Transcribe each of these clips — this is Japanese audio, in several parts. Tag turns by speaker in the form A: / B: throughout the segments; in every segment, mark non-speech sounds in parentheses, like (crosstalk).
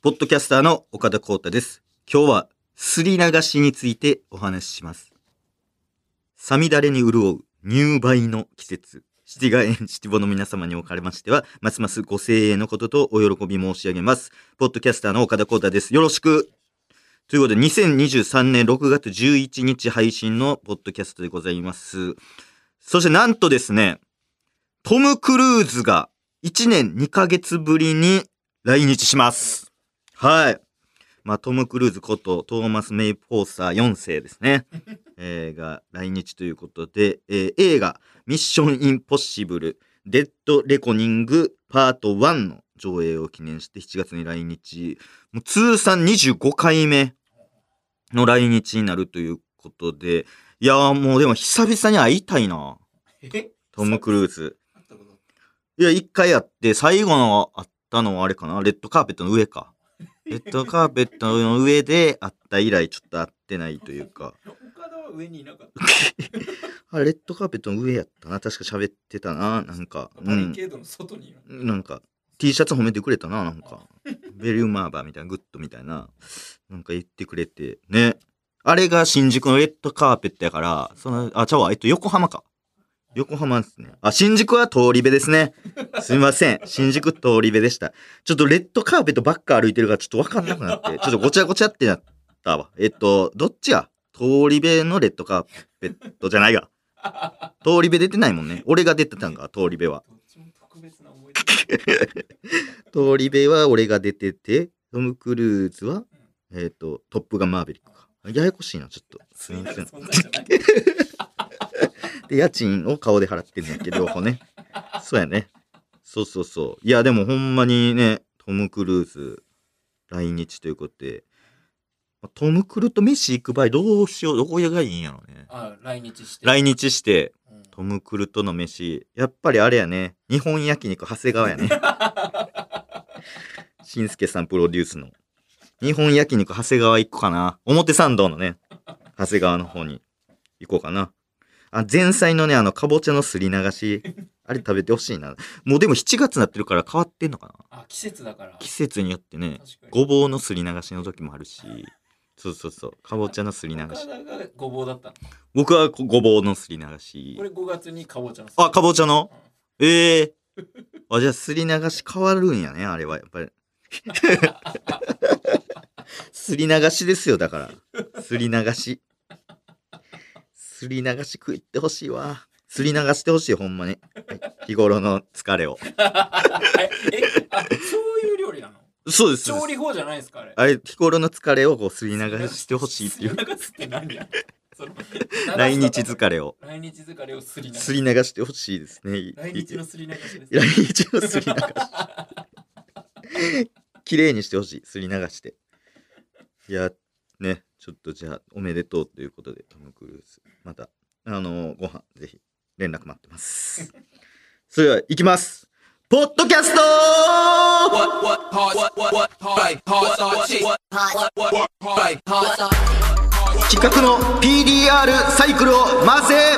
A: ポッドキャスターの岡田光太です。今日は、すり流しについてお話しします。さみだれに潤う入梅の季節。七賀園七母の皆様におかれましては、ますますご声援のこととお喜び申し上げます。ポッドキャスターの岡田光太です。よろしくということで、2023年6月11日配信のポッドキャストでございます。そしてなんとですね、トム・クルーズが1年2ヶ月ぶりに来日します。はい。まあ、トム・クルーズことトーマス・メイ・ポーサー4世ですね。えーが来日ということで、えー映画「ミッション・インポッシブル・デッド・レコニング・パート1」の上映を記念して7月に来日もう通算25回目の来日になるということでいやーもうでも久々に会いたいな
B: え
A: トム・クルーズ
B: あったこと
A: いや一回会って最後の会ったのはあれかなレッドカーペットの上 (laughs) かレッドカーペットの上で会った以来ちょっと会ってないというか
B: 岡田は上にいなかっ
A: あ、レッドカーペットの上やったな。確か喋ってたな。なんか、
B: た。
A: う
B: バリ
A: ん。
B: ケードの外にいる。
A: なんか、T シャツ褒めてくれたな。なんか、ベリウマーバーみたいな、グッドみたいな。なんか言ってくれて。ね。あれが新宿のレッドカーペットやから、その、あ、ちゃうわ。えっと、横浜か。横浜ですね。あ、新宿は通り部ですね。すみません。新宿通り部でした。ちょっとレッドカーペットばっか歩いてるから、ちょっとわかんなくなって、ちょっとごちゃごちゃってなったわ。えっと、どっちや通り部のレッドカーペットじゃないが。通り部出てないもんね。俺が出てたんか、通り部は。
B: どっちも特別な思い出。
A: 通り部は俺が出てて、トム・クルーズは、えっ、と、トップがマーベリックか。ややこしいな、ちょっと。す
B: そ
A: み
B: うな
A: ませ
B: る
A: ん。
B: 存在じゃない。
A: で、家賃を顔で払ってるんだっ
B: (laughs)
A: けど、両方ね。そうやね。そうそうそう。いや、でもほんまにね、トム・クルーズ、来日ということで、トム・クルーと飯行く場合、どうしよう、どこがいいんやろね。
B: (laughs) あ、来日して。
A: 来日して、
B: うん。
A: トム・クルとの飯。やっぱりあれやね。日本焼肉長谷川やね。しんすけさんプロデュースの。日本焼肉長谷川行くかな。表参道のね、長谷川の方に行こうかな。あ、前菜のね、あの、かぼちゃのすり流し。あれ食べてほしいな。もうでも7月になってるから変わってんのかな。
B: あ、季節だから。
A: 季節によってね、
B: 確かに。
A: ごぼうのすり流しの時もあるし。そうそうそう。かぼちゃのすり流
B: 岡
A: し。
B: 田がごぼうだったの。
A: 僕はこごぼうのすり流し。
B: これ5月にかぼちゃの。
A: あ、かぼちゃの
B: うん
A: ええあ、じゃあ、すり流し変わるんやね、あれは、やっぱり。 (laughs) すり流しですよ、だから。すり流し。すり流し食ってほしいわ。すり流してほしい、ほんまに。日頃の疲れを。
B: (laughs) え、あ、そういう料理なの
A: そうです。そう
B: 調
A: で
B: 理
A: す
B: 法じゃないですか、あれ。
A: あれ、日頃の疲れをこうすり流してほしいっていう。
B: 流すって何やそ (laughs) の
A: 来日疲れを
B: 来日疲れをすり流
A: す
B: し。
A: り流してほしいですね。
B: 来日のすり流しです。
A: 来日をすり流し綺麗にしてほしいすり流していやねちょっとじゃあおめでとうということでトム・クルーズまたあのご飯ぜひ連絡待ってますそれでは行きますポッドキャスト
C: What what parts what what parts parts are cheap. What what what parts parts are
A: 企画の PDR サイクルを回せ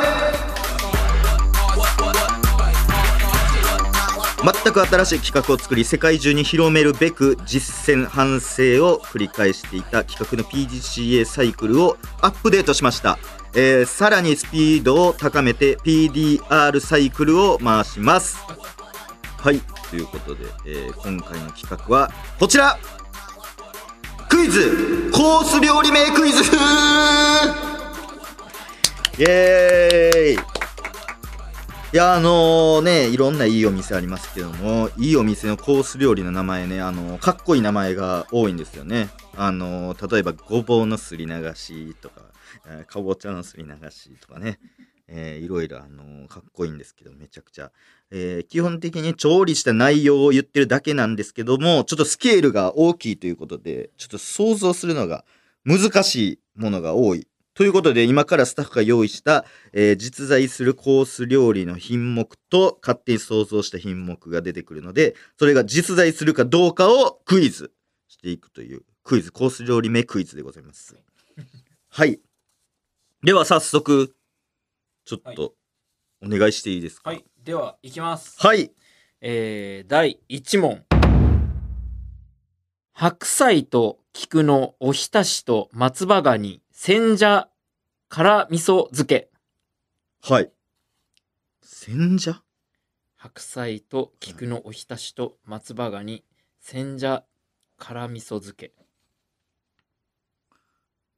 A: 全く新しい企画を作り世界中に広めるべく実践反省を繰り返していた企画の PDCA サイクルをアップデートしました、えーさらにスピードを高めて PDR サイクルを回しますはいということで、えー今回の企画はこちらクイズコース料理名クイズイエーイいやあのねいろんないいお店ありますけどもいいお店のコース料理の名前ねあのかっこいい名前が多いんですよねあの例えばごぼうのすり流しとか、えーかぼちゃのすり流しとかねえーいろいろ、あのかっこいいんですけどめちゃくちゃ、えー基本的に調理した内容を言ってるだけなんですけどもちょっとスケールが大きいということでちょっと想像するのが難しいものが多いということで今からスタッフが用意した、えー実在するコース料理の品目と勝手に想像した品目が出てくるのでそれが実在するかどうかをクイズしていくというクイズコース料理名クイズでございます。はいでは早速ちょっとお願いしていいですか
B: はい、では、いきます。
A: はい
B: えー、第1問。
D: 白菜と菊のおひたしと松葉ガニ、千社辛味噌漬け。
A: はい。千社
D: 白菜と菊のおひたしと松葉ガニ、千社辛味噌漬け。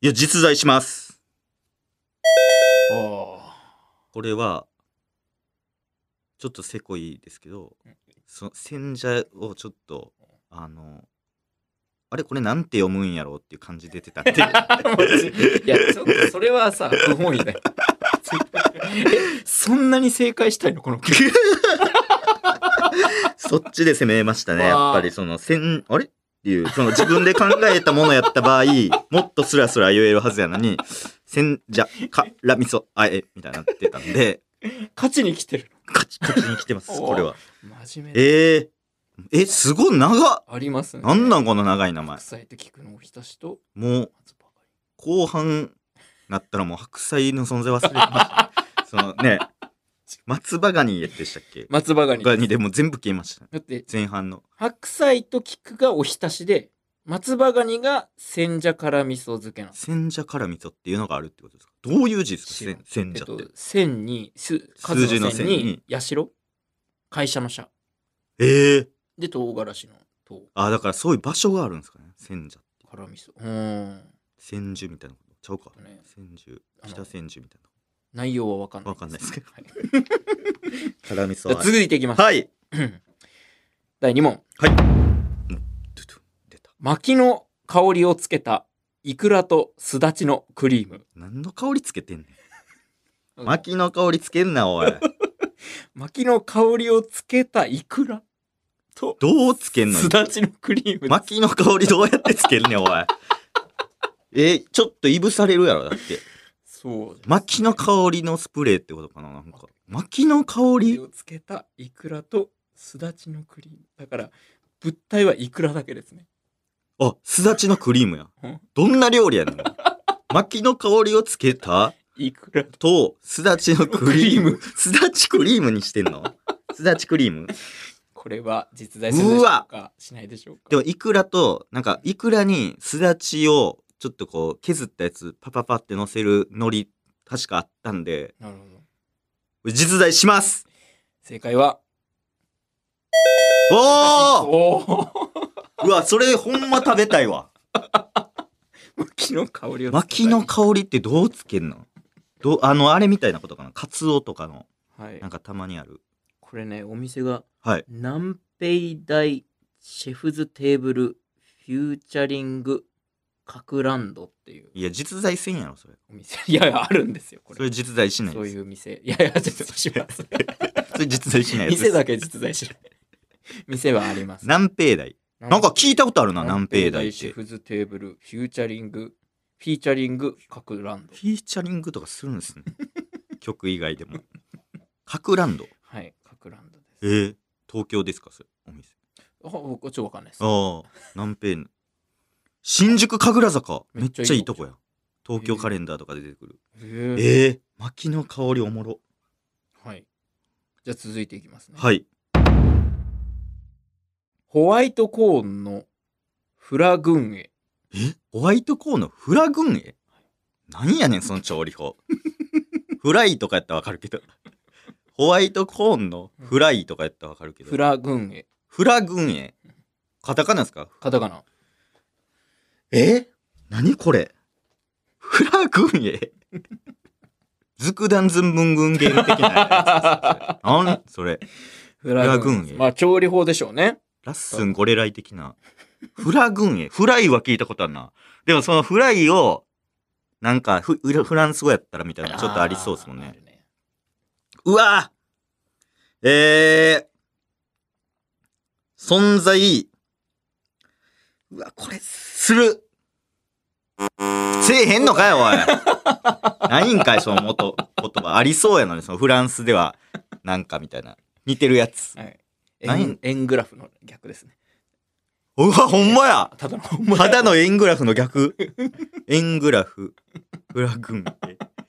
A: いや、実在します。
D: おー
A: これは、ちょっとせこいですけど、その千社をちょっと、あの、あれこれなんて読むんやろうっていう感じ出てたんで。
D: (laughs) いや、ちょっとそれはさ、不本意だよ。 (laughs) え、そんなに正解したいのこの曲。
A: そっちで攻めましたね。やっぱりその、せん、あれっていう、その自分で考えたものやった場合、 (laughs) もっとスラスラ言えるはずやのに、せんじゃ、からみそ、あえ、みたいになってたんで、
D: 勝ちに来てる。
A: カチカチに来てます、これは。
D: 真面目な。
A: えー、え、すごい長っ
D: ありますね。
A: なんなんこの長い名前
D: 白。菜と菊のおひたしと
A: もう、
D: 松葉
A: 後半、なったらもう白菜の存在忘れてま
D: (laughs)
A: した。そのね、松葉ガニでしたっけ
D: ガニ。松葉ガニ。
A: ガニでもう全部消えました。
D: だって、
A: 前半の。
D: 白菜と菊がおひたしで、松葉ガニが千社辛味噌漬けなんです。
A: 千社からみそっていうのがあるってことですかどういう字ですか
D: 知らん
A: 千千
D: えっ
A: 社っ
D: と
A: て。、
D: 千に、す
A: 数
D: 数
A: 字
D: の
A: の
D: 千
A: 千
D: に
A: に、
D: 社会社の社。
A: ええ
D: で、唐辛子の唐
A: あ、だからそういう場所があるんですかね。千社。
D: 辛味噌。うーん。
A: 千住みたいなこと。ちゃうか
D: ね。
A: 千住。
D: あの
A: 北千住みたい
D: 内容はわかんない。
A: わかんないですけど
D: はい
A: な。からみそ
D: じゃあ続いていきます。
A: はい。
D: 第2問。
A: トゥトゥ出た。
D: 薪の香りをつけた、イクラとすだちのクリーム。
A: 何の香りつけてんねん。薪の香りつけんな、おい。
D: 薪の香りをつけたイクラと、
A: どうつけん
D: (laughs)
A: の
D: すだちのクリ
A: (laughs)
D: ーム。
A: 薪の香りどうやってつけんねん、おい。えちょっといぶされるやろ、だって。
D: そう。
A: 薪の香りのスプレーってことかな、なんか。薪の香り
D: をつけたイクラとすだちのクリームだから物体はイクラだけですね
A: あ、すだちのクリームや
D: うん。
A: どんな料理やねん。薪の香りをつけた
D: イクラ
A: と、すだちのクリーム
D: ク。
A: (laughs) すだちクリームにしてんのすだちクリーム
D: これは実在するでしょう
A: う
D: かしないでしょうか
A: でも、イクラと、なんか、イクラにすだちを、ちょっとこう、削ったやつ、パパパって乗せる海苔、確かあったんで、
D: なるほど
A: 実在します
D: 正解は
A: おー
D: お (laughs)
A: (laughs)
D: お
A: うわ、それほんま食べたいわ。
D: 薪の香りを
A: 薪の香りってどうつけんのどう、あの、あれみたいなことかな。カツオとかの、
D: はい
A: なんかたまにある。
D: これねお店が
A: はい。
D: 南平大シェフズテーブルフューチャリングカクランドっていう
A: いや、実在せんやろ、それ。
D: お店いやいやあるんですよこれ
A: それ実在しない
D: そう
A: です。
D: いう店いやいやちょっとします
A: それ実在しないやつです。
D: 店だけ実在しない店はあります
A: 南平台。なんか聞いたことあるな、南平台
D: 大
A: っ
D: シ
A: て。
D: ェ
A: フ
D: フズテーブルフューチャリングフィーチャリング各ランド
A: ィーチャリングとかするんですね。 (laughs) 曲以外でも。カクランド。
D: はい各ランドです
A: えー東京ですか、それ。お店。
D: あ僕ちょっとわかんないです
A: ああ、南平。新宿神楽坂。
D: め
A: め
D: っ
A: っ
D: ちゃいい
A: ちゃいいとこや。東京カレンダーとか出てくる。
D: へー
A: えー、薪の香りおもろ。
D: はいじゃあ続いていきますね、
A: はい。
D: ホワイトコーンのフラグンエ
A: えホワイトコーンのフラ軍営何やねん、その調理 (laughs) 法。フライとかやったらわかるけど。ホワイトコーンのフライとかやったらわかるけど
D: フ。ラグンエ
A: フラ軍営カタカナですか
D: カタカナ
A: え何これフラ軍 (laughs) 営ズクダンズンムン軍ゲーム的なやつですよそれ。なんそれ。
D: フ
A: ラ
D: グ
A: グ
D: ンエ
A: ンエ
D: まあ調理法でしょうね
A: ラッスンゴレライ的な。フラ軍営フライは聞いたことあるな。でもそのフライを、なんかフ、フランス語やったらみたいなのちょっとありそうですもん
D: あーあ
A: ね
D: る。
A: うわぁえー、存在、うわ、これ、する。せえへんのかよ、おい。ないんかい、その元言葉。ありそうやのに、そのフランスでは、なんかみたいな。似てるやつ。
D: はい
A: 何
D: 円円グラフの逆ですね
A: うわ、ほんまや
D: ただの
A: (laughs) ただの円グラフの (laughs) 逆。円グラフ。フラグン。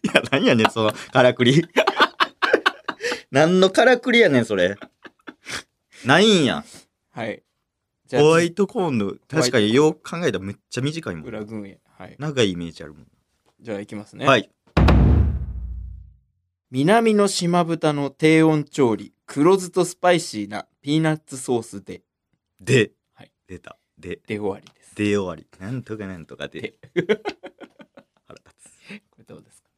A: いや、何やねん、その、からく (laughs) り。何のからくりやねん、それ。ないんや。
D: はい。ちゃ
A: ホワイトコーンの、確かによく考えたらめっちゃ短いも
D: 裏
A: ん。
D: 軍へはい
A: 長いイメージあるもん。
D: じゃあいきますね
A: はい。
D: 南の島豚の低温調理黒酢とスパイシーなピーナッツソースで
A: で、
D: はい
A: 出た。で、
D: で終わりです
A: で終わり。なんとかなんとかで。 (laughs) 腹立つ。
D: これどうですか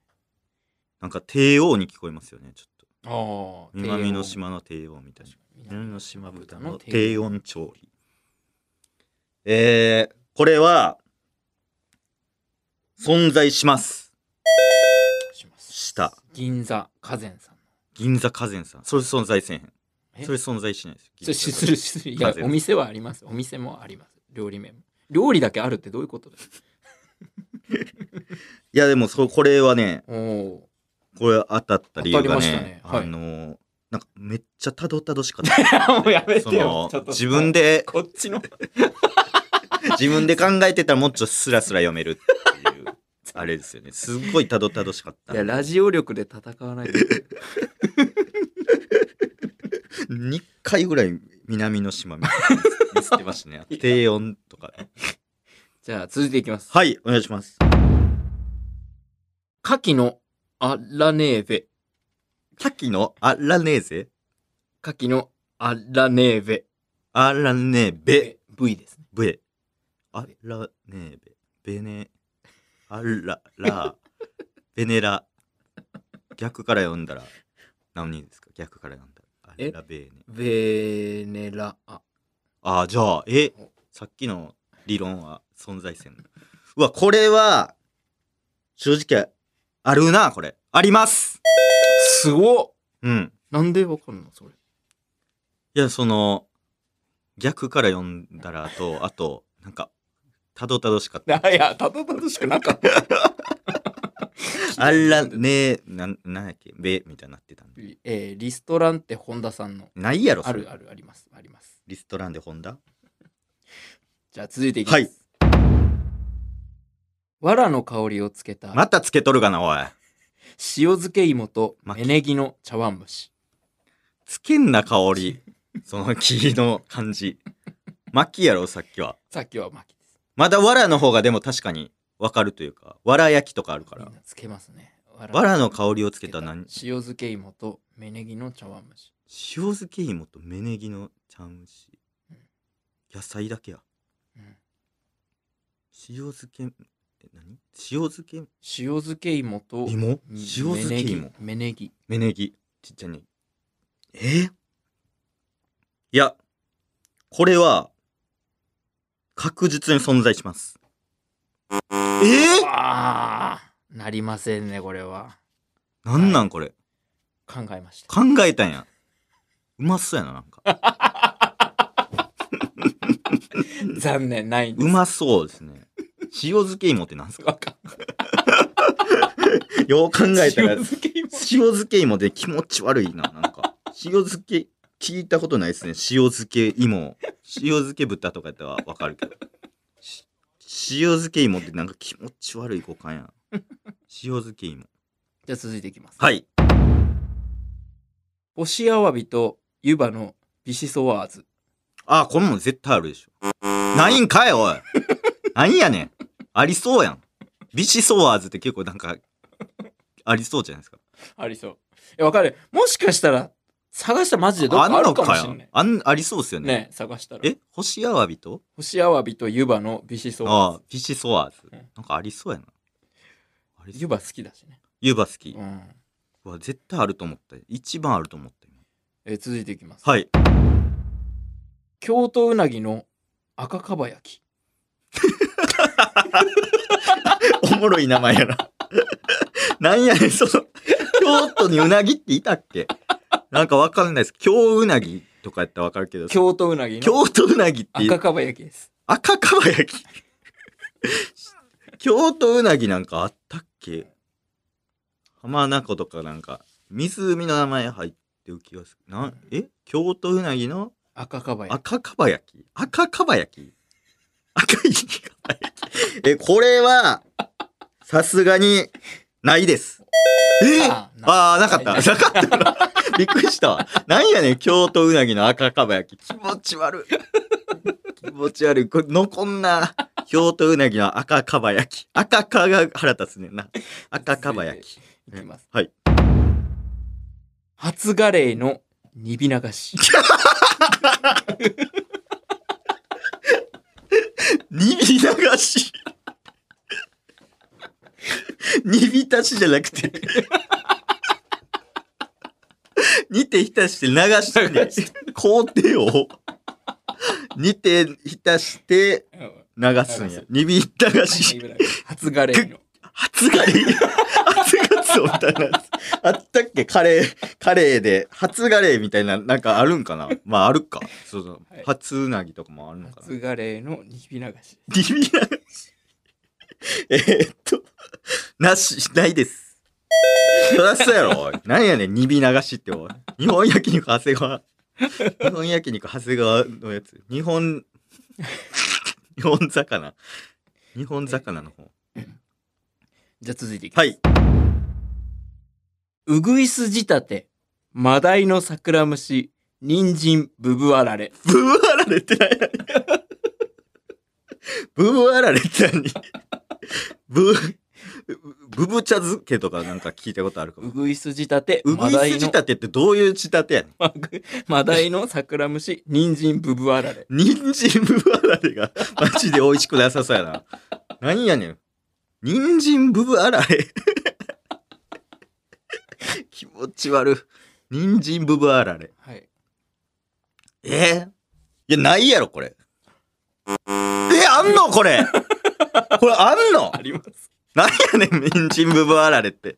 A: なんか帝王に聞こえますよね、ちょっと。
D: ああ
A: 南の島の帝王みたいな。南の島豚の低温調理。えー、これは、存在します。
D: します
A: した。
D: 銀座火膳さん
A: 銀座火膳さん。それ存在せんへん。
D: え
A: それ存在しないです。
D: それしするしするいや
A: 風邪
D: お店はありますお店もあります料理名も料理だけあるってどういうことですか
A: いや、でもそ、これはね、
D: おお
A: これ当たった理由が
D: 当たりました
A: ね
D: ね、はい
A: あのーなんかめっちゃたどたどしか
D: (laughs)
A: った。
D: ー (laughs) もうやめ
A: そ
D: て
A: の
D: よちょっと
A: 自分で
D: こっちの
A: 自分で考えてたらもうちょっとスラスラ読めるっていう
D: (laughs)
A: あれですよねすっごいたどたどしかった
D: いやラジオ力で戦
A: (laughs)
D: わないと
A: 2回ぐらい南の島みたいなの見つけましたね低音とか
D: じゃあ続いていきます
A: はいお願いします
D: 牡蠣のアラネーベ
A: さっきのアラネーゼ
D: 牡蠣のアラネーベ
A: アラネーベ
D: V ですね
A: ベアラネーベベネアララベネラ逆から読んだら何ですか逆から読んだらア
D: え
A: ラベーネ
D: ベネラア
A: ああ、じゃあ、え、さっきの理論は存在せん。うわ、これは、正直、あるな、これ。あります
D: すごっ
A: うん。
D: なんでわかるの (laughs) それ
A: いや、その、逆から読んだらと、あと、なんか、たどたどしかった。
D: あいやただただしかなかった (laughs)
A: あら、ねえ、なん、なんやっけ、べ、みたいになってたんで。
D: えーリストランって本田さんの
A: ないやろ、そ
D: あ
A: れ
D: るあるありますあります
A: リストランでホンダ
D: じゃあ続いていきま
A: は
D: す。
A: い
D: 藁の香りをつけた塩
A: またつけとるかな、おい。
D: 漬け芋と
A: 巻
D: 芽
A: き
D: ネギの茶碗蒸し。
A: つけんな、香り。その木の感じ。巻きやろ、さっきは。
D: さっきは巻きです。
A: まだ藁の方がでも確かにわかるというか、藁焼きとかあるか
D: み
A: ら
D: ん。なつけますね。藁
A: 藁の香りをつけた何
D: 塩漬け芋と芽ネギの茶碗蒸し。
A: 塩漬け芋と芽ネギの茶碗蒸し
D: うん。
A: 野菜だけや。
D: うん
A: 塩漬け、え何塩漬け
D: 塩漬け芋と
A: 芋
D: うん
A: 塩漬け芋。
D: 芽ネギ。
A: 芽ネギ。ちっちゃいネギ。えーいや、これは、確実に存在します。えー、
D: ああ、なりませんねこれは。
A: なんなんこれ。
D: 考えました。
A: 考えたんや。うまそうやな、なんか。
D: 残念ないんで
A: う
D: す。
A: まそうです
D: (laughs)
A: ね。塩漬け芋ってなんですか
D: わかん
A: よう考
D: ない
A: えたら、
D: 塩
A: 塩
D: 漬け芋。
A: 漬け芋で気持ち悪いな、なんか。塩漬け、聞いたことないですね。塩漬け芋。塩漬け豚とかやったらわかるけど。し塩漬け芋ってなんか気持ち悪い五感やな。塩漬け芋。
D: じゃあ続いていきます。
A: はい。
D: 干しアワビと湯葉のビシソワーズ。
A: あ、これも絶対あるでしょ。ないんかい、おい。なんやねん。ありそうやん。ビシソワーズって結構なんか、ありそうじゃないですか。
D: ありそう。いや、わかる。もしかしたら、探したらマジでどっかあるかもしれない。
A: あん、ありそうですよね。
D: ね探したら。
A: え、干しアワビと
D: 干しアワビと湯葉のビシソ
A: あ
D: ワ
A: あ、フィッシュソワーズ
D: うん。
A: なんかありそうやな。あり
D: ー
A: そう
D: ズ。湯葉好きだしね。
A: 湯葉好き
D: う。ん。
A: うわ、絶対あると思った。一番あると思った。今
D: え、続いていきます。 (laughs)
A: はい。
D: 京都うなぎの赤かば焼き。
A: おもろい名前やな。 (laughs) なんやねん、その、京都にうなぎっていたっけなんかわかんないです。京うなぎとかやったらわかるけど、
D: 京都うなぎの
A: 京都うなぎって
D: 赤かば焼きです。
A: 赤かば焼き。京都うなぎなんかあったっけ浜名湖とかなんか、湖の名前入ってる気がする。なん、え京都うなぎの
D: 赤かば焼き。
A: 赤かば焼き赤かば焼き赤いかば焼き。え、 (laughs) これは、さすがに、ないです。え
D: あな
A: ああ、なかった。なかったな。 (laughs) びっくりしたわ。なんやねん、京都うなぎの赤かば焼き。気持ち悪い。気持ち悪い。これ、のこんな、ひょうとうなぎの赤かば焼き。赤かが腹立つねんな。赤かば焼き。
D: いきます。
A: はい。
D: 初ガレーの煮び流
A: (laughs)
D: し。
A: にび流し。にび足しじゃなくて。煮て浸して流してね
D: 流。
A: 工程を。煮て浸して流すんや
D: 流す。
A: にび流し。
D: (laughs) 初ガレーの。
A: 初狩り初ガツオみたいなやつ。あったっけカレー、カレーで、初ガレーみたいな、なんかあるんかなまああるか。そうそう。
D: はい
A: 初うなぎとかもあるのかな
D: 初ガレーの煮び流し。
A: リビアンシえーっと、なし、ないです。そらそうやろ、おいなんやねん、ニビ流しって、おい日本焼肉長谷川。日本焼肉長谷川のやつ。日本、日本魚。日本魚の方。
D: じゃあ続いていきま
A: は
D: す。
A: い。
D: うぐいす仕立て、マダイの桜虫、人参ブブあられ。
A: ブブあられって何やねん。ブブあられって何ブ、ブブ茶漬けとかなんか聞いたことあるか
D: う
A: も。
D: ぐいす仕立て、
A: うぐ
D: マ
A: い
D: ダ
A: す
D: イ
A: 仕
D: の
A: 立てってどういう仕立てやねん。
D: (laughs) マダイの桜虫、人参ブブあられ。
A: 人参ブブあられがマジで美味しくなさそうや (laughs) な。なんやねん。人参ブブあられ (laughs) 気持ち悪。人参ブブあられ。
D: はい。
A: えーいや、ないやろ、これ。え、あんのこれ。これあんの
D: あります。
A: なんやねん、人参ブブあられって。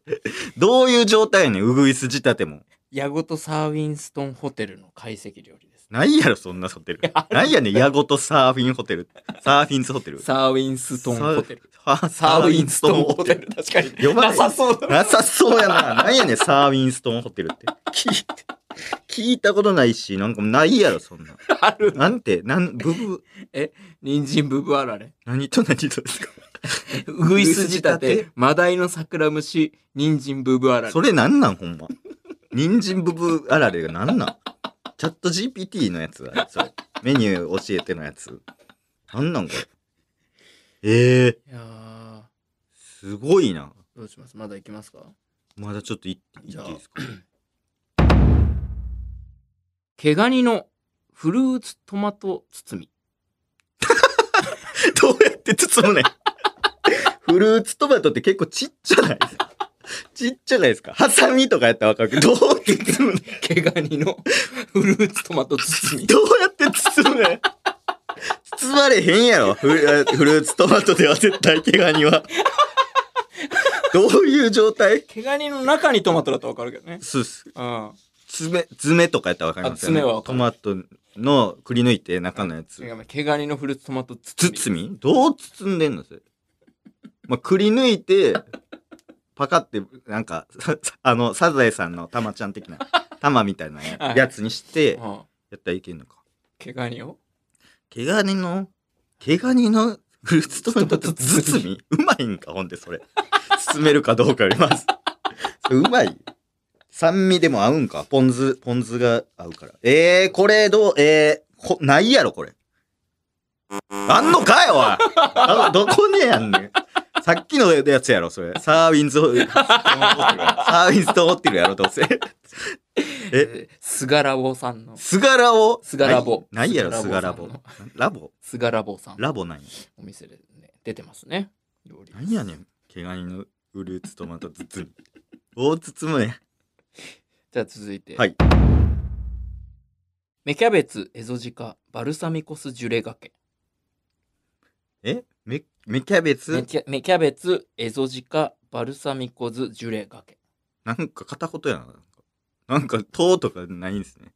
A: どういう状態やねん、うぐいす仕立ても。
D: ヤゴとサーウィンストンホテルの解析料理です。
A: ないやろ、そんなホテル。なんやねん、ヤゴとサーフィンホテル。サーフィンスホテル。
D: サーウィンストンホテル。
A: サー。サ
D: サ
A: ー
D: ーウ
A: ウィ
D: ィ
A: ン
D: ン
A: ス
D: ス
A: ト
D: ト
A: ン
D: ン
A: ホ
D: ホ
A: テル
D: テル。。確かに。
A: 呼ばれ
D: なさそうだ。
A: なさそうやな。なんやねん、サーウィンストンホテルって。聞いて、聞いたことないし、なんかないやろ、そんな。
D: ある。
A: なんて、なん、ブブ、
D: 人参ブブあられ。
A: 何と何とですか
D: うぐいす仕立て、マダイの桜虫、人参ブブあられ
A: そ。れなんなん、ほんま。人参ブブあられがなんなんチャット GPT のやつだ、それ。メニュー教えてのやつ。なんなん、これ。ええ
D: いやー
A: すごいな。
D: どうしますまだ行きますか
A: まだちょっとい、いっていいですか
D: 毛ガニのフルーツトマト包み。
A: (laughs) どうやって包むねん。フルーツトマトって結構ちっちゃないですかちっちゃないですかハサミとかやったらわかるけど、どうやって包むねん。
D: 毛ガニの (laughs) フルーツトマト包み。
A: どうやって包むねん。包まれへんやろ。フルフルーツトマトでは絶対毛ガニは。どういう状態
D: 毛ガニの中にトマトだとわかるけどね。
A: そうっす。
D: うん。
A: 爪、爪とかやったらわかりますよね。
D: あ爪はわか
A: ト
D: る
A: マトのくり抜いて中のやつ。
D: 毛ガニのフルーツトマト包み。
A: 包みどう包んでんのそれ。まあ、くり抜いて、パカって、なんか、さあの、サザエさんのタマちゃん的な、タマみたいなや
D: はい
A: やつにして、
D: うん。
A: やったらいけんのか。
D: 毛ガニを
A: 毛ガニの、毛ガニのフルーツトマト包 (laughs) みうまいんか、ほんで、それ。包めるかどうかよります。それうまい。酸味でも合うんか。ポン酢、ポン酢が合うから。えー、これどう、えー、こないやろ、これ。あんのかい、おいあどこにやんねん。さっきのやつやろ、それ。サーウィン (laughs) ズホ、サーウィンストンホテルやろ、どう (laughs) せ。
D: えスガラボさんの。
A: すがらぼ
D: すがらぼ
A: ないないやろ、す
D: す
A: が
D: が
A: ら
D: ら
A: ぼ
D: ぼさんの。
A: ラボ
D: スガラボさん。
A: ラボなんや。
D: お店で、ね、出てますね。料理。
A: なんやねん。毛ガニのフルーツトマト包み。 (laughs) 大包むね。
D: じゃあ続いて。
A: はい。
D: 芽キャベツ、エゾジカ、バルサミコ酢ジュレがけ。
A: えめ、めキャベ
D: 芽
A: ツ
D: キャ芽キャベツ、エゾジカ、バルサミコ酢ジュレがけ。
A: なんか片言やな。なんか、糖とかないんですね。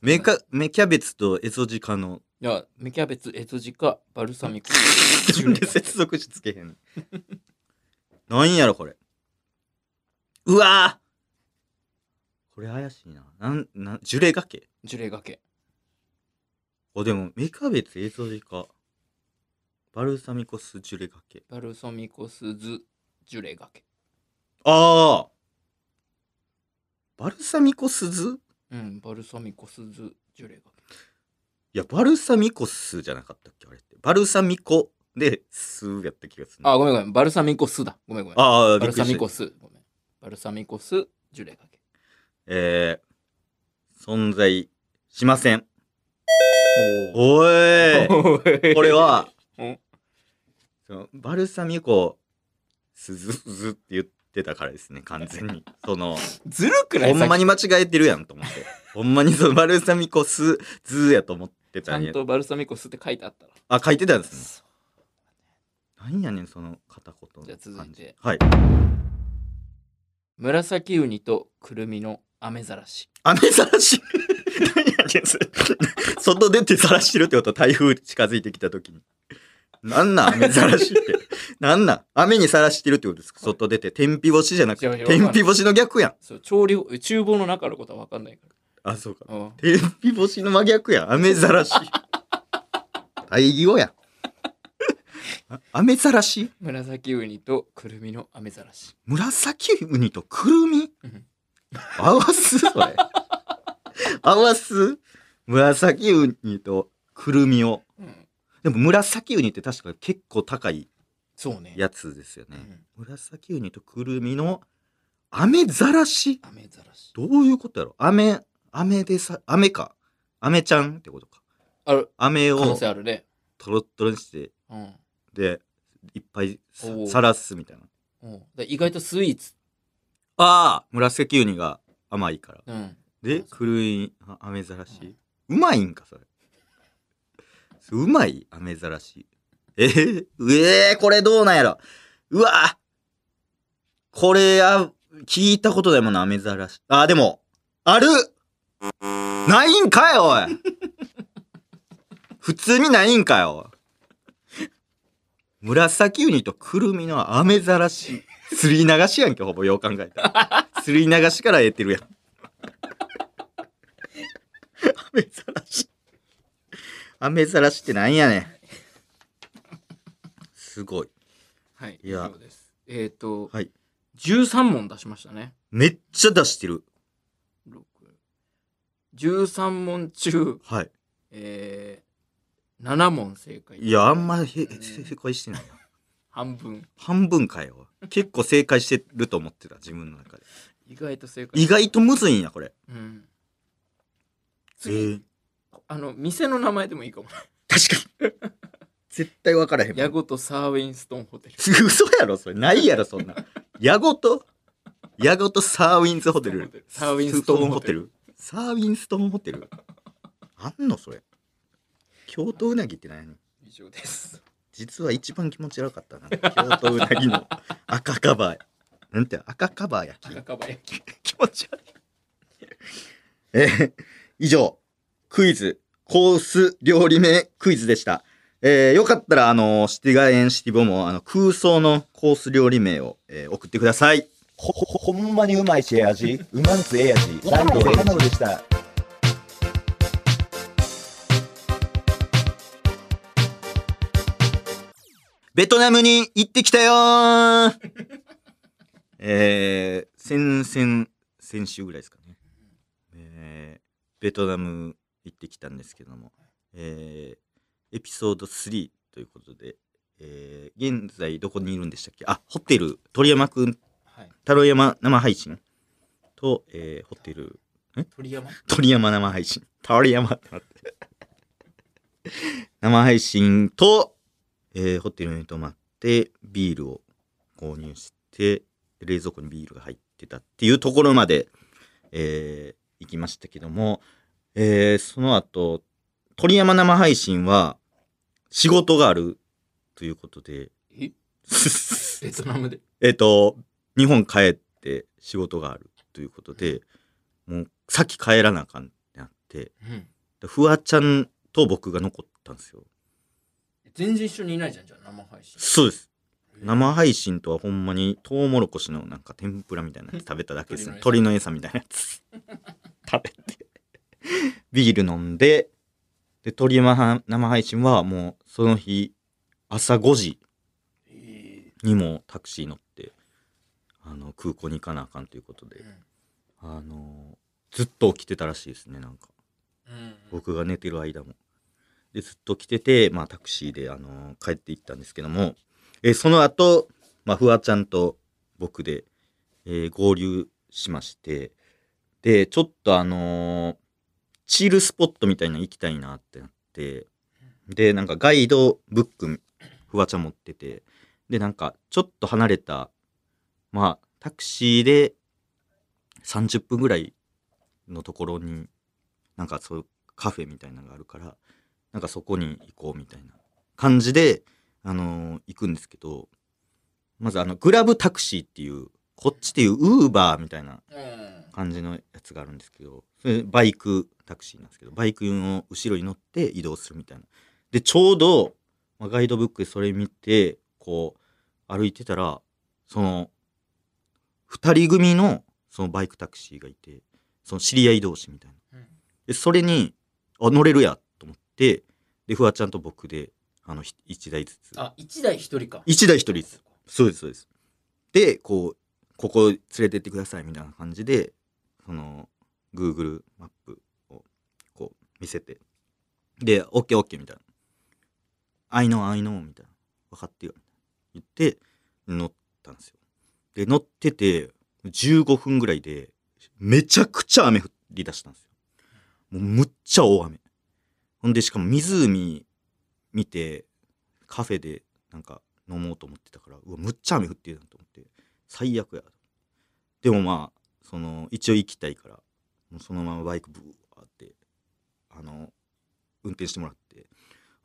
A: めか、めキャベツとエゾジカの、
D: いや、芽キャベツ、エゾジカ、バルサミコ
A: 自
D: 酢ジュ
A: 分
D: レ
A: で
D: がけ。
A: 接続詞つけへん。なんやろ、これ。うわぁこれ怪しいな。なん、なん、ジュレがけ
D: ジュレがけ。
A: お、でも、めキャベツ、エゾジカ、バルサミコ酢ジュレがけ。
D: バルサミコ酢酢ジュレがけ。
A: ああバルサミコ酢酢
D: うん、バルサミコ酢酢ジュレがけ。
A: いや、バルサミコ酢じゃなかったっけあれって。バルサミコで酢やった気がするな。
D: あ、ごめんごめん。バルサミコ酢だ。ごめんごめん。
A: ああ、
D: バ
A: びっ
D: ル
A: く
D: サ
A: りし
D: ミ
A: た
D: コ。酢。ごめん。バルサミコ酢、ジュレかけ。
A: えー、存在しません。
D: お
A: おーい
D: (laughs) ー
A: これは、
D: うん
A: そのバルサミコ酢ずずって言ってたからですね、完全に。そ
D: (laughs)
A: の、
D: ずるくない
A: ほんま
D: に
A: に間違えてるやんと思って。ほんまにそのバルサミコ酢ずやと思って
D: ち
A: た
D: ゃ
A: んや
D: ん。とバルサミコ酢って書いてあったら。
A: あ、書いてたんですね。なんやねん、その片言の
D: じゃあ続い
A: 感
D: て
A: はい。
D: 紫ウニとくるみの雨ざらし。
A: 雨ざら
D: (laughs)
A: し。何やねんそれ外出てざらしてるってことは台風近づいてきた時に。なんなん雨ざらし
D: (laughs)
A: って。なんなん雨にさらしてるってことですか外出て。天日干しじゃなく
D: いやい
A: て。
D: やわかん
A: 天
D: ない
A: 日干しの逆やん。
D: そう調理法厨房の中のことは分かんないか
A: あ、そうか。
D: ら。うん
A: 天日干しの真逆やん。雨ざらし。大義
D: (laughs)
A: 語やん。あ雨ざらし
D: 紫ウニとくるみの雨ざらし。
A: 紫ウニとくるみ
D: うん
A: 合わすそれ。合わす紫ウニとくるみを。
D: うん
A: でも紫ウニって確か結構高い
D: そうね。
A: やつですよ
D: う
A: ね。
D: ん
A: 紫ウニとくるみの飴ざらし
D: 雨ざらし。
A: どういうことやろ飴、飴でさ、飴か。飴ちゃんってことか。
D: ある
A: 飴
D: 可能
A: を
D: 性あるね。
A: トロットロにして、
D: うん。
A: で、いっぱいさ
D: おう
A: さらすみたいな。
D: うん、だ意外とスイーツ。
A: ああ紫ウニが甘いから。
D: うん。
A: で、
D: そうそう
A: くるみ、あ飴ざらし。うまいんか、それ。うまい飴ざらし。えー、えー、これどうなんやろうわこれ、あ、聞いたことないもんな、飴ざらし。あ、でも、あるないんかい、おい普通にないんかよ。紫ウニとくるみの飴ざらし。すり流しやんけ、ほぼ、よう考えたら。すり流しから得てるやん。飴ざらし。飴ざらしってなんやねん。すごい。
D: はい。
A: いや
D: 以上です。えっ、と、
A: はい。
D: 13問出しましたね。
A: めっちゃ出してる。
D: 六13問中、
A: はい。
D: えー、7問正解。
A: いや、あんまへ、へ、正解してないな。
D: 半分。
A: 半分かよ。結構正解してると思ってた、自分の中で。
D: 意外と正解。
A: 意外とむずいんや、これ。
D: うん。
A: え
D: 次、あの、店の名前でもいいかも。
A: 確かに。 (laughs) 絶対分からへんも
D: ヤ
A: ん。
D: ゴとサーウィンストンホテル。
A: 嘘やろ、それ。ないやろ、そんな。ヤゴと、ヤゴとサーウィンズホテル。
D: サーウィンストーンホテル。
A: サーウィンストーンホテル。あんの、それ。京都うなぎって何
D: 以上です。
A: 実は一番気持ち悪かったな。京都うなぎ (laughs) の赤カバー。なんて赤カバー焼き。
B: 赤羽焼き。
A: 気持ち悪い。えー以上、クイズ、コース料理名クイズでした。えーよかったら、あのシティガエンシティボも、あの、空想のコース料理名を、えー送ってください。
E: ほ、ほ、ほんまにうまいし、ええ味。うまんつええ味。ランドで卵でした。
A: ベトナムに行ってきたよーえー、先々、先週ぐらいですかね。えー、ベトナム行ってきたんですけども、えー、エピソード3ということで、えー、現在どこにいるんでしたっけあ、ホテル、鳥山くん、
D: はい。
A: 太郎山生配信と、えー、ホテル、
D: 鳥山
A: 鳥山生配信。鳥山ってなって。生配信と、えーホテルに泊まって、ビールを購入して、冷蔵庫にビールが入ってたっていうところまで、えー行きましたけども、えーその後、鳥山生配信は、仕事があるということで、 (laughs)
D: えベトナムで。
A: えっ、と、日本帰って仕事があるということで、もう、さっき帰らなあかんってなって、
D: うん。
A: でフワちゃんと僕が残ったんですよ。
D: 全然一緒にいないじゃん、じゃあ生配信。
A: そうです。生配信とはほんまにトウモロコシのなんか天ぷらみたいなやつ食べただけですね。鳥
D: 鳥
A: の餌みたいなやつ。 (laughs) 食べて。ビール飲んで、で、鳥山生配信はもうその日朝5時
D: え
A: にもタクシー乗って、あの、空港に行かなあかんということで
D: ー、
A: あの、ずっと起きてたらしいですね、なんか。
D: うん。うん。
A: 僕が寝てる間も。で、ずっと来てて、まあ、タクシーで、あのー帰っていったんですけども、えーその後、まあ、フワちゃんと僕で、えー合流しまして、で、ちょっとあのーチルスポットみたいなの行きたいなってなって、で、なんかガイドブック、フワちゃん持ってて、で、なんか、ちょっと離れた、まあ、タクシーで30分ぐらいのところに、なんかそういうカフェみたいなのがあるから、なんかそこに行こうみたいな感じで、あのー行くんですけど、まずあの、グラブタクシーっていう、こっちでいうウーバーみたいな感じのやつがあるんですけど、それバイクタクシーなんですけど、バイクの後ろに乗って移動するみたいな。で、ちょうど、まあ、ガイドブックでそれ見て、こう、歩いてたら、その、二人組の、そのバイクタクシーがいて、その知り合い同士みたいな。
B: うん
A: で、それに、あ、乗れるやと思って、で、フワちゃんと僕で、あの、ひ一台ずつ。
F: あ、一台一人か。
A: 一台一人です。そうです、そうです。で、こう、ここ連れてってくださいみたいな感じで、その、Google マップをこう見せて、で、OK、OK みたいな。I know, I know みたいな。分かってよ。言って、乗ったんですよ。で、乗ってて、15分ぐらいで、めちゃくちゃ雨降り出したんですよ。もうむっちゃ大雨。ほんで、しかも湖見て、カフェでなんか飲もうと思ってたからうわむっちゃ雨降ってるなと思って最悪やでもまあその一応行きたいからもうそのままバイクブワーってあの運転してもらって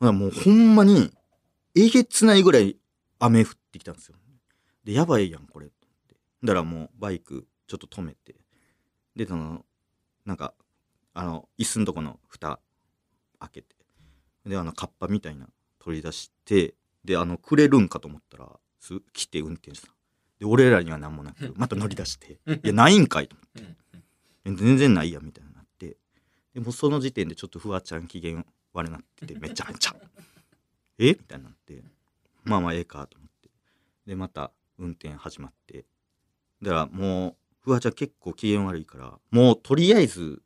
A: ほなもうほんまにえげつないぐらい雨降ってきたんですよでやばいやんこれと思ってだからもうバイクちょっと止めてでそのなんかあの椅子のとこの蓋開けてであのカッパみたいな取り出してであのくれるんかと思ったらす来て運転手さんで俺らには何もなくまた乗り出して「いやないんかい」と思って「え全然ないや」みたいになってでもうその時点でちょっとフワちゃん機嫌悪なっててめちゃめちゃ (laughs) 「えみたいになってまあまあええかと思ってでまた運転始まってだからもうフワちゃん結構機嫌悪いからもうとりあえず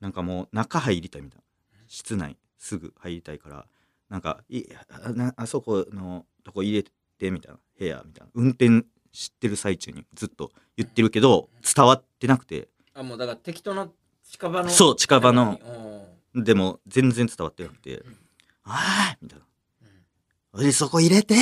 A: なんかもう中入りたいみたいな室内すぐ入りたいからなんかいあなあそこのとこ入れてみたいな部屋みたいな運転知ってる最中にずっと言ってるけど伝わってなくて
F: あ、もうだから適当な近場の。
A: そう近場の
F: うん。
A: でも全然伝わってなくて
B: ん
A: 「ああ」みたいな「おいそこ入れて!」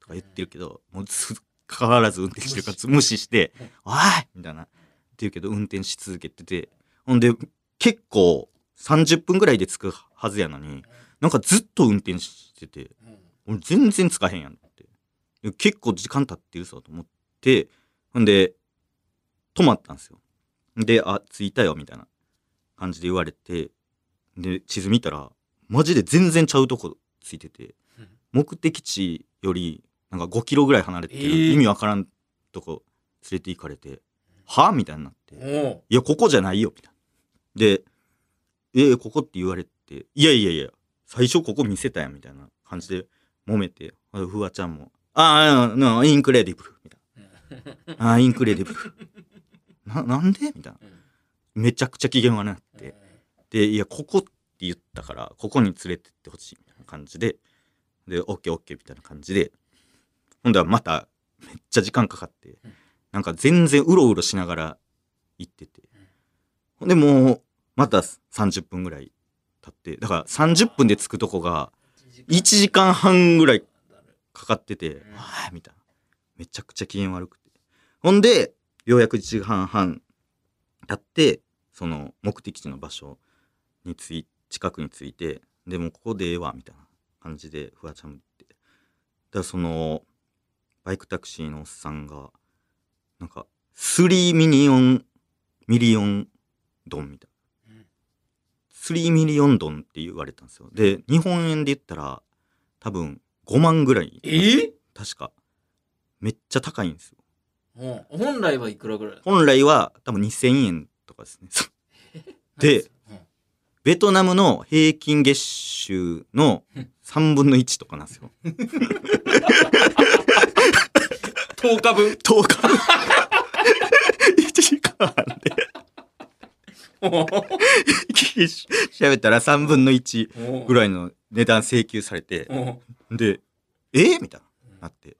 A: とか言ってるけどもうす変わらず運転してるから無視して「おい!」みたいなって言うけど運転し続けててほんで結構30分ぐらいで着くはずやのになんかずっと運転してて俺全然つかへんやんって。で結構時間経ってるぞと思って、ほんで、止まったんですよ。で、あ、着いたよ、みたいな感じで言われて、で、地図見たら、マジで全然ちゃうとこついてて
B: うん、
A: 目的地より、なんか5キロぐらい離れてる、
B: えー
A: 意味わからんとこ連れて行かれて、はみたいになって。
B: お
A: いや、ここじゃないよ、みたいな。で、えーここって言われて、いやいやいや、最初ここ見せたやん、みたいな感じで揉めて、あフワちゃんも、あーあー、あーインクレディブル、みたいな。あーインクレディブル。 (laughs) な、なんでみたいな。めちゃくちゃ機嫌悪なって。で、いや、ここって言ったから、ここに連れてってほしい、みたいな感じで、で、オッケーオッケーみたいな感じで、ほんではまた、めっちゃ時間かかって、なんか全然うろうろしながら行ってて。ほんでもう、また30分ぐらい経って、だから30分で着くとこが、1時間半ぐらいかかってて、ああ、みたいな。めちゃくちゃ機嫌悪くて。ほんで、ようやく1時間半経って、その目的地の場所につい、近くに着いて、でもうここでええわ、みたいな感じで、フワちゃんも言って。だからその、バイクタクシーのおっさんが、なんか、3ミニオン、ミリオンドンみたいな。3ミリオンドンって言われたんですよ。で、日本円で言ったら、多分5万ぐらい。
F: え
A: 確か。めっちゃ高いんですよ。
F: うん。本来はいくらぐらい
A: 本来は多分2000円とかですね。 (laughs) で、ベトナムの平均月収の3分の1とかなんですよ。
B: 10日分
A: 10日 !1 時間で。 (laughs) べったら3分の1ぐ
B: ぐ
A: ら
B: い。
A: いの値段請求されて、
B: おう
A: で、えみたいな、なって、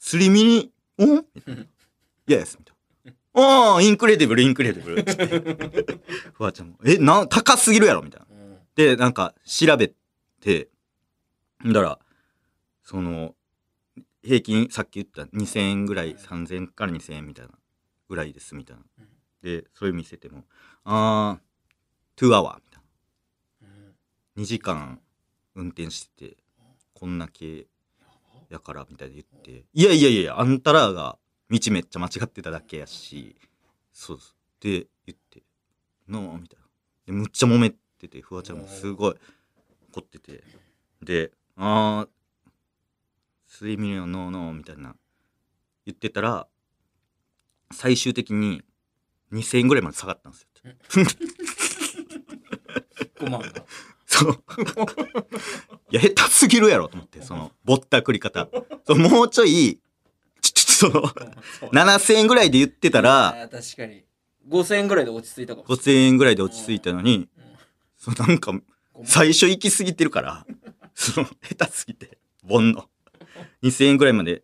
A: すり身に、んみたいな。イエスみたいな。ああ、インクレディブル、インクレディブル。つってフワちゃんも、え、な、高すぎるやろみたい
B: う
A: な。
B: ん
A: で、なんか、調べて、んだら、その、平均、さっき言った2000円ぐらい、3000円から2000円みたいな、ぐらいです、みたいな
B: うん。
A: で、それ見せても、あー、2 hour みたいな。2時間運転しててこんな系やからみたいな言っていやいやいやあんたらが道めっちゃ間違ってただけやしそうですで言って「のあ」みたいなでむっちゃ揉めててフワちゃんもすごい怒っててで「あー睡眠のノーノー」みたいな言ってたら最終的に2,000円ぐらいまで下がったんですよ。
B: 五万が。
A: そう。いや、下手すぎるやろと思って、その、ぼったくり方。そうもうちょい、ちょ、ちょ、その、7000円ぐらいで言ってたら、
F: あー確かに5000円ぐらいで落ち着いたかも
A: 5000円ぐらいで落ち着いたのに、そうなんか、最初行き過ぎてるから、その、下手すぎて、ボンの。2000円ぐらいまで。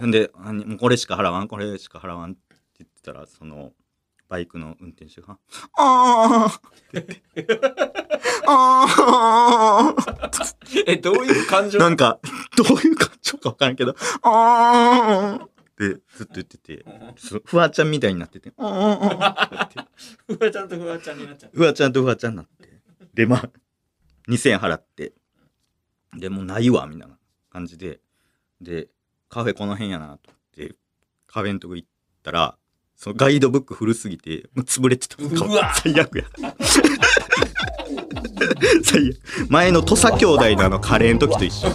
A: なんで、あもうこれしか払わん、これしか払わんって言ってたら、その、バイクの運転手が、あーって言って、あー
B: え、どういう感情
A: なんか、どういう感情かわからんけど、あーってずっと言ってて、そうフワちゃんみたいになってて、あー
B: ふわちゃんとふわちゃんになっちゃう。
A: フワちゃんとフワちゃんになって。で、まあ、2000円払って、で、もうないわ、みたいな感じで、で、カフェこの辺やな、と思って、カフェのとこ行ったら、そのガイドブック古すぎて、もう潰れてた。
B: うわ
A: 最悪や。最悪。前の土佐兄弟のあのカレーの時と一緒。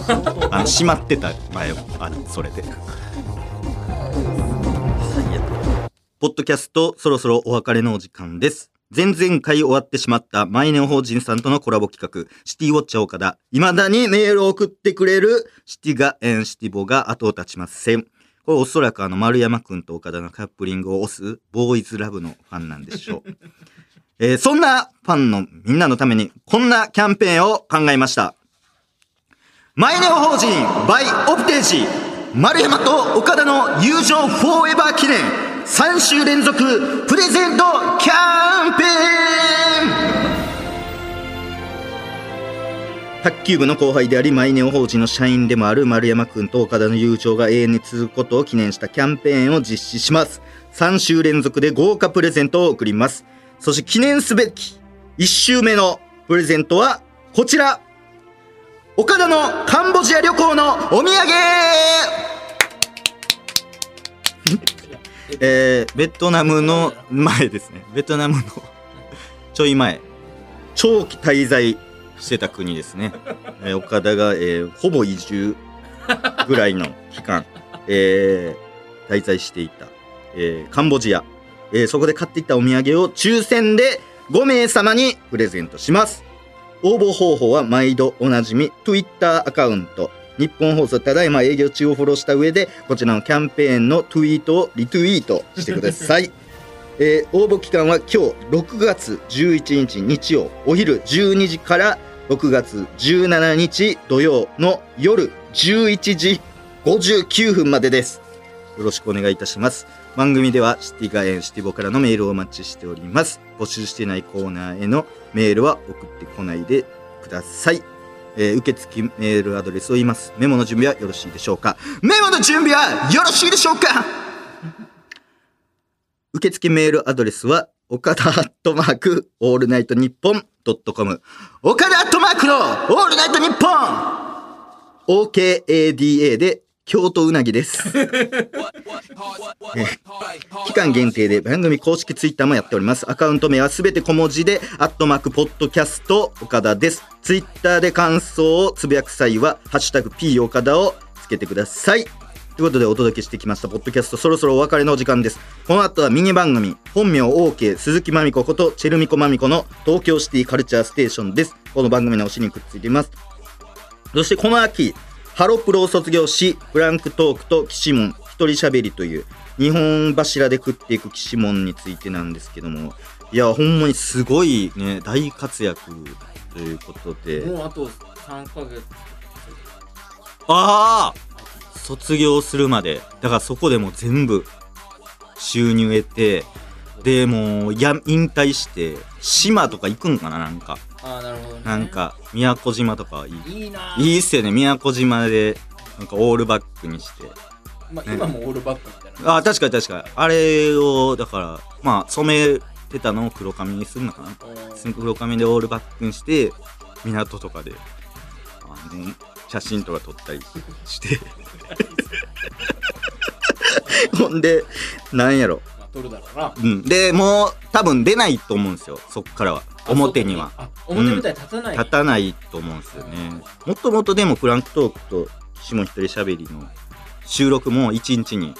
A: あの、閉まってた前も、あの、それで。最悪。ポッドキャスト、そろそろお別れのお時間です。前々回終わってしまった、マイネオ法人さんとのコラボ企画、シティウォッチャー岡田。未だにメールを送ってくれる、シティガエンシティボが後を絶ちません。これおそらくあの丸山くんと岡田のカップリングを押す、ボーイズラブのファンなんでしょう。えーそんなファンのみんなのために、こんなキャンペーンを考えました。マイネオ法人 by オプテージ丸山と岡田の友情フォーエバー記念3週連続プレゼントキャンペーン卓球部の後輩でありマイネオ法人の社員でもある丸山くんと岡田の友情が永遠に続くことを記念したキャンペーンを実施します3週連続で豪華プレゼントを贈りますそして記念すべき1週目のプレゼントはこちら岡田のカンボジア旅行のお土産えー、ベトナムの前ですねベトナムのちょい前長期滞在してた国ですね、えー岡田が、えーほぼ移住ぐらいの期間、 (laughs) えー滞在していた、えーカンボジア、えーそこで買ってきたお土産を抽選で5名様にプレゼントします応募方法は毎度おなじみ Twitter アカウント日本放送ただいま営業中をフォローした上でこちらのキャンペーンのツイートをリツイートしてください、 (laughs) えー応募期間は今日6月11日日曜お昼12時から6月17日土曜の夜11時59分までですよろしくお願いいたします番組ではシティガエンシティボからのメールをお待ちしております募集してないコーナーへのメールは送ってこないでください。えー受付メールアドレスを言います。メモの準備はよろしいでしょうかメモの準備はよろしいでしょうか受付メールアドレスは、岡田アットマーク、オールナイトニッポンドットコム。岡田アットマークのオールナイトニッポン !OKADA で、京都うなぎです。期間限定で番組公式ツイッターもやっております。アカウント名はすべて小文字で、アットマークポッドキャスト岡田です。ツイッターで感想をつぶやく際は、ハッシュタグ P 岡田をつけてください。ということでお届けしてきました、ポッドキャスト、そろそろお別れのお時間です。この後はミニ番組、本名 OK 鈴木まみ子ことチェルミコまみこの東京シティカルチャーステーションです。この番組の推しにくっついています。そしてこの秋、ハロプロを卒業し、フランクトークとキシモン、一人喋りという、日本柱で食っていくキシモンについてなんですけども、いや、ほんまにすごいね、大活躍ということで。
F: もうあと3ヶ月
A: ああ卒業するまで。だからそこでもう全部収入得て、で、もうや、引退して、島とか行くんかななんか。
F: ああなるほどね
A: なんか、宮古島とかいい。
F: いいない
A: いっすよね、宮古島で、なんかオールバックにして。
B: まあ、今もオールバックみたいな。
A: あー、確かに確かに。あれを、だから、まあ、染めてたのを黒髪にするのかな黒髪でオールバックにして港とかであの写真とか撮ったりして (laughs) ほんでなんやろ、
B: まあ、取るだろうな。
A: うん、でもう多分出ないと思うんですよそっからは表には
B: あ。表舞台立たない。
A: 立たないと思うんですよねもともとでもクランクトークと下一人しゃべりの収録も1日に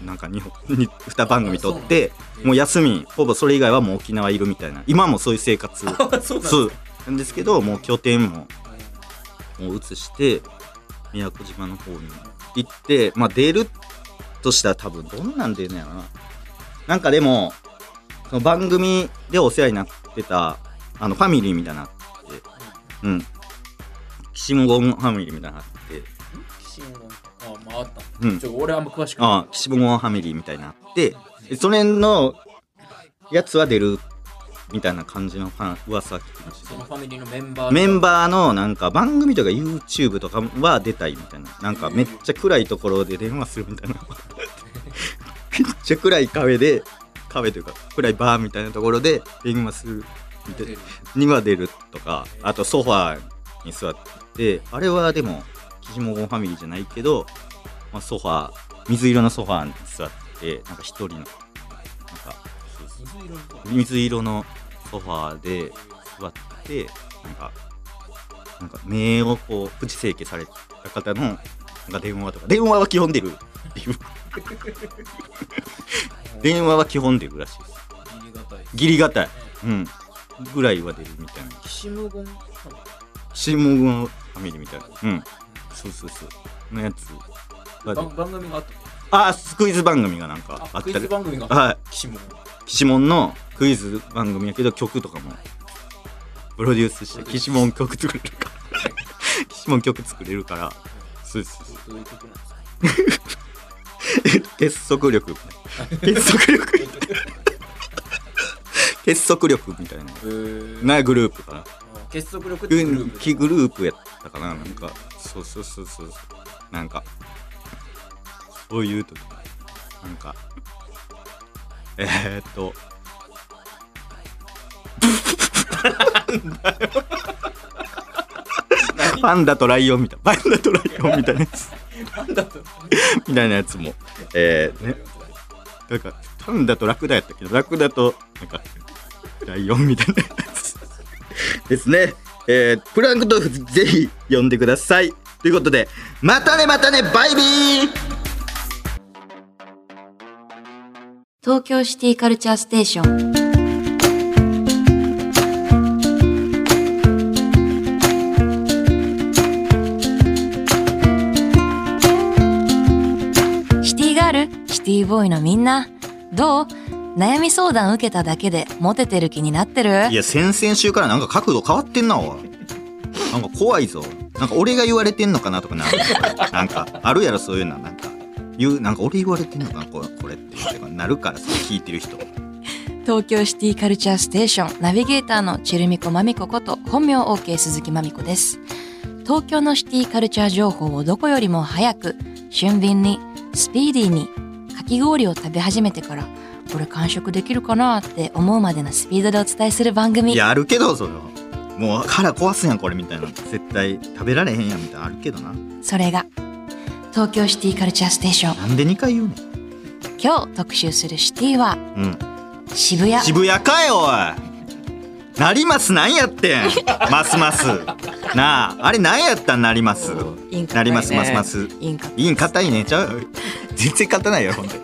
A: いなんか 2, 2番組撮ってもう休みほぼそれ以外はもう沖縄いるみたいな今もそういう生活
B: あ (laughs) そうなんです
A: そうなんですけどもう拠点ももう移して宮古島の方に行ってまあ出るとしたら多分どんなん出るのやろななんかでもその番組でお世話になってたあのファミリーみたいなのあってうん岸本ゴンファミリーみたいなのあって
F: 岸
B: あ、回った。
A: うん
B: ちょ、俺あんま詳しくない。
A: ああ岸本ゴンファミリーみたいなのあってでそれのやつは出るみたいな感じの話噂は聞きました
B: そのファミリーのメンバー。
A: メンバーのなんか番組とか YouTube とかは出たいみたいななんかめっちゃ暗いところで電話するみたいなめっちゃ暗いカフェでカフェというか暗いバーみたいなところで電話するみたいなには出るとかあとソファーに座ってあれはでも岸本ファミリーじゃないけど、まあ、ソファー水色のソファーに座ってなんか一人のなんか水色のソファーで座ってなんかなんか目をこうプチ整形された方のなんか電話とか電話は基本出るっていう電話は基本出るらしいです
B: ありがたい。
A: ギリがたい、うん、ぐらいは出るみたいな
F: 岸本ゴン
A: 新聞のファミリーみたいなうんそうそうそうのやつが
B: 番番組があった。
A: あスクイズ番組がなんか
B: あ、
A: あっ
B: クイ
A: た
B: ズ
A: り
B: 番組があった。
A: はい
B: 岸本。
A: 岸門のクイズ番組やけど曲とかもプロデュースして岸門曲作れるから (laughs) 岸門曲作れるからそうです
B: どういう曲なんですか
A: 結束力結束力結束力みたいななグループかな
B: 結束力ってグル
A: 軍
B: ープ
A: 機グループやったかななんかそうそうそうそうなんかそういう時なんかえー、っとパンダとライオンみたいなパンダとライオンみたいなやつみたいなやつもえー、ねなんかパンダとラクダやったけどラクダとなんかライオンみたいなやつですね。えー、プランクトフぜひ読んでください。ということで、またねまたねバイビー
G: 東京シティカルチャーステーションシティガールシティボーイのみんなどう悩み相談受けただけでモテてる気になってる
A: いや、先々週からなんか角度変わってんな、おい。なんか怖いぞ。なんか俺が言われてんのかなとかなるなんか、あるやろ、そういうのは。なんか、言う、なんか俺言われてんのかな、これこれって。なるから、それ聞いてる人。
G: 東京シティカルチャーステーションナビゲーターのチェルミコマミコこと本名 OK 鈴木まみこです東京のシティカルチャー情報をどこよりも早く俊敏にスピーディーにかき氷を食べ始めてからこれ完食できるかなって思うまでのスピードでお伝えする番組
A: いや、あるけど、それは。もう腹壊すやん、これみたいな。絶対食べられへんやん、みたいな。あるけどな。
G: それが東京シティカルチャーステーション
A: なんで2回言うね
G: 今日特集するシティは
A: ん。うん。
G: 渋谷
A: 渋谷かよおいなりますなんやって (laughs) んますますなああれなんやったんなります
G: インカ
A: なります
G: 硬いね
A: ますます
G: インカ
A: いいん硬いねちゃう全然勝たないよほんで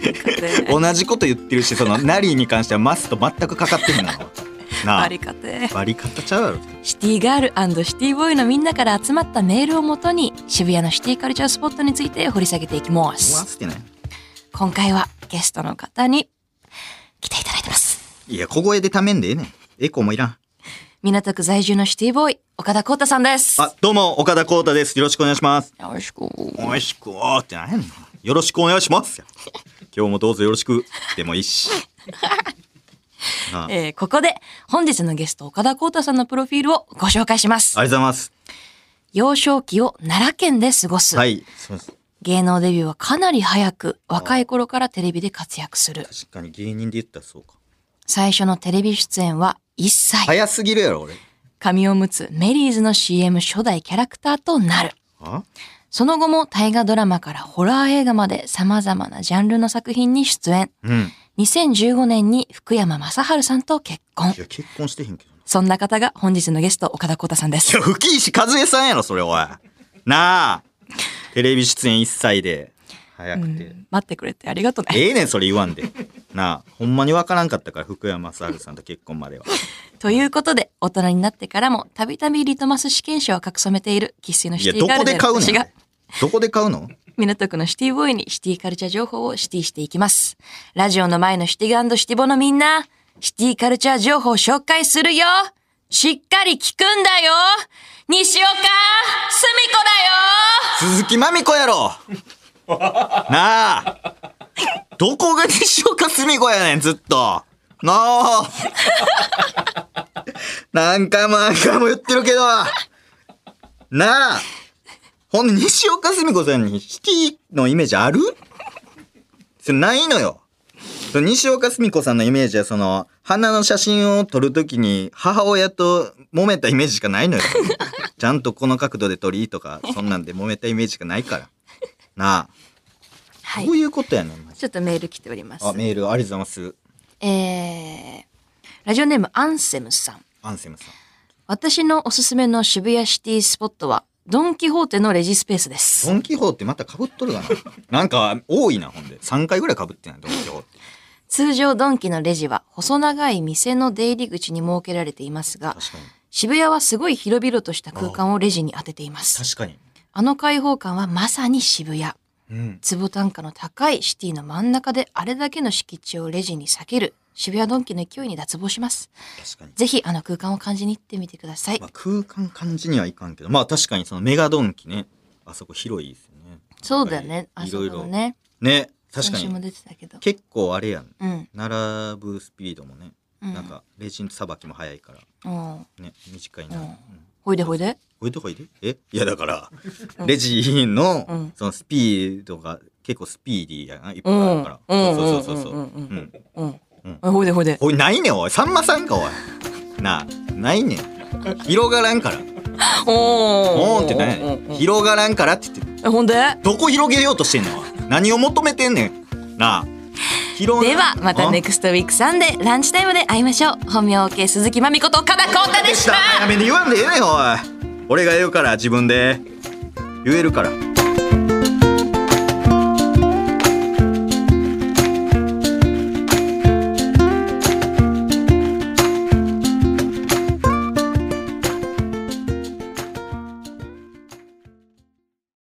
G: 硬い
A: 同じこと言ってるしそのなりに関してはますと全くかかってへんななあ
G: ありがてえ
A: バリ方ちゃうやろ
G: シティガールシティボーイのみんなから集まったメールをもとに渋谷のシティカルチャースポットについて掘り下げていきま
A: 思わ
G: す。
A: せてない
G: 今回はゲストの方に来ていただいてます。
A: いや、小声でためんでええねん。エコーもいらん。
G: 港区在住のシティボーイ、岡田光太さんです。
A: あ、どうも、岡田光太です。よろしくお願いします。
G: よろしく。
A: おいしくおーってなんやねん。よろしくお願いします。今日もどうぞよろしく。でもいい (laughs) し。なあありが
G: えーここで本日のゲスト岡田光太さんのプロフィールをご紹介します
A: と。うございます。
G: 幼少期を奈良県で過ごす。
A: はい。そうです
G: 芸能デビューはかなり早く、若い頃からテレビで活躍する。
A: 確かに芸人で言ったらそうか。
G: 最初のテレビ出演は1歳。
A: 早すぎるやろ、俺。
G: 髪をむつメリーズの CM 初代キャラクターとなる。
A: あ
G: その後も大河ドラマからホラー映画まで様々なジャンルの作品に出演。
A: うん。
G: 2015年に福山雅治さんと結婚
A: い。や、結婚してへんけどな。
G: そんな方が本日のゲスト岡田光太さんで
A: い
G: す
A: や、。吹石和恵さんやろ、それ、おい。なあ。テレビ出演1歳で。早くて。
G: うん待ってくれてありがとうね。
A: ええねん、それ言わんで。なあ、ほんまにわからんかったから、福山雅治さんと結婚ま (laughs) では。
G: ということで、大人になってからも、たびたびリトマス試験紙を書く染めている、喫水の
A: い
G: シ
A: や、
G: ティ
A: ど
G: ガー
A: こ
G: ル
A: で
G: で
A: 買うの
G: 私が、
A: どこで買うの
G: 港区のシティボーイにシティカルチャー情報を指定していきます。ラジオの前のシティガシティボのみんな、シティカルチャー情報を紹介するよしっかり聞くんだよ西岡すみこだ
A: 鈴木まみこやろなあどこが西岡澄子やねん、ずっとなあ何回も何回も言ってるけどなあほんで西岡澄子さんにシティのイメージあるそれないのよ。その西岡澄子さんのイメージはその、花の写真を撮るときに母親と揉めたイメージしかない
G: (laughs)
A: のよ。ちゃんとこの角度で撮りとか、そんなんで揉めたイメージしかないから。なあ。
G: よ
A: ど
G: は
A: う
G: い。
A: いうことやねん。マジ
G: ちょっとメール来ております
A: あ、。メールありがとうございます。
G: えー、ラジオネームアンセムさん。
A: アンセムさん。
G: 私のおすすめの渋谷シティスポットは、ドン・キホーテのレジスペースです。
A: ドン・キホーテまた被っとるかな。なんか多いな、ほんで。3回ぐらい被ってない、ドン・キホーテ。
G: 通常ドンキのレジは細長い店の出入り口に設けられていますが、
A: 確かに。
G: 渋谷はすごい広々とした空間をレジに当てています。
A: 確かに。
G: あの開放感はまさに渋谷。
A: うん。
G: 坪単価の高いシティの真ん中であれだけの敷地をレジに避ける渋谷ドンキの勢いに脱帽します。
A: 確かに。
G: ぜひあの空間を感じに行ってみてください
A: まあ、。空間感じにはいかんけど、まあ確かにそのメガドンキね。あそこ広いですよね。
G: そうだよね。あ
A: い
G: そ
A: ろ
G: こ
A: い
G: の
A: ろ。
G: ね。
A: ね。確か
G: 先週も
A: に。
G: 出てたけど。
A: 結構あれやん。
G: うん。
A: 並ぶスピードもね。
G: うん
A: なんか、レジンさばきも早いから。
G: うん。
A: ね、短いな。
G: う
A: うんん
G: ほいでほいで。
A: こういうとこいでえいやだから、
G: うん
A: レジの、
G: うん
A: そのスピードが結構スピーディーやな、いっぱ
G: う
A: い
G: ん。
A: あ
G: う
A: る
G: ん
A: か。
G: う
A: ら。
G: ん。
A: そうそうそうそうう。
G: んうん
A: う
G: うん
A: ん。
G: うん
A: うん
G: うん。ほいでほいで。
A: おい、ないねん、おい。さんまさんか、おい。なあ、ないねん。広がらんから。
G: お
A: おーんってなんやねん。広がらんからって言ってる、
G: えほんで
A: どこ広げようとしてんのおい何を求めてんねん。なあ、広
G: ではまたネ
A: ク
G: クストウィークサンデーランチタイムで会いましょう本名 OK 鈴木まみこと岡田浩太でした
A: 早めに言わんでええねん、おい。俺が言うから、自分で。言えるから。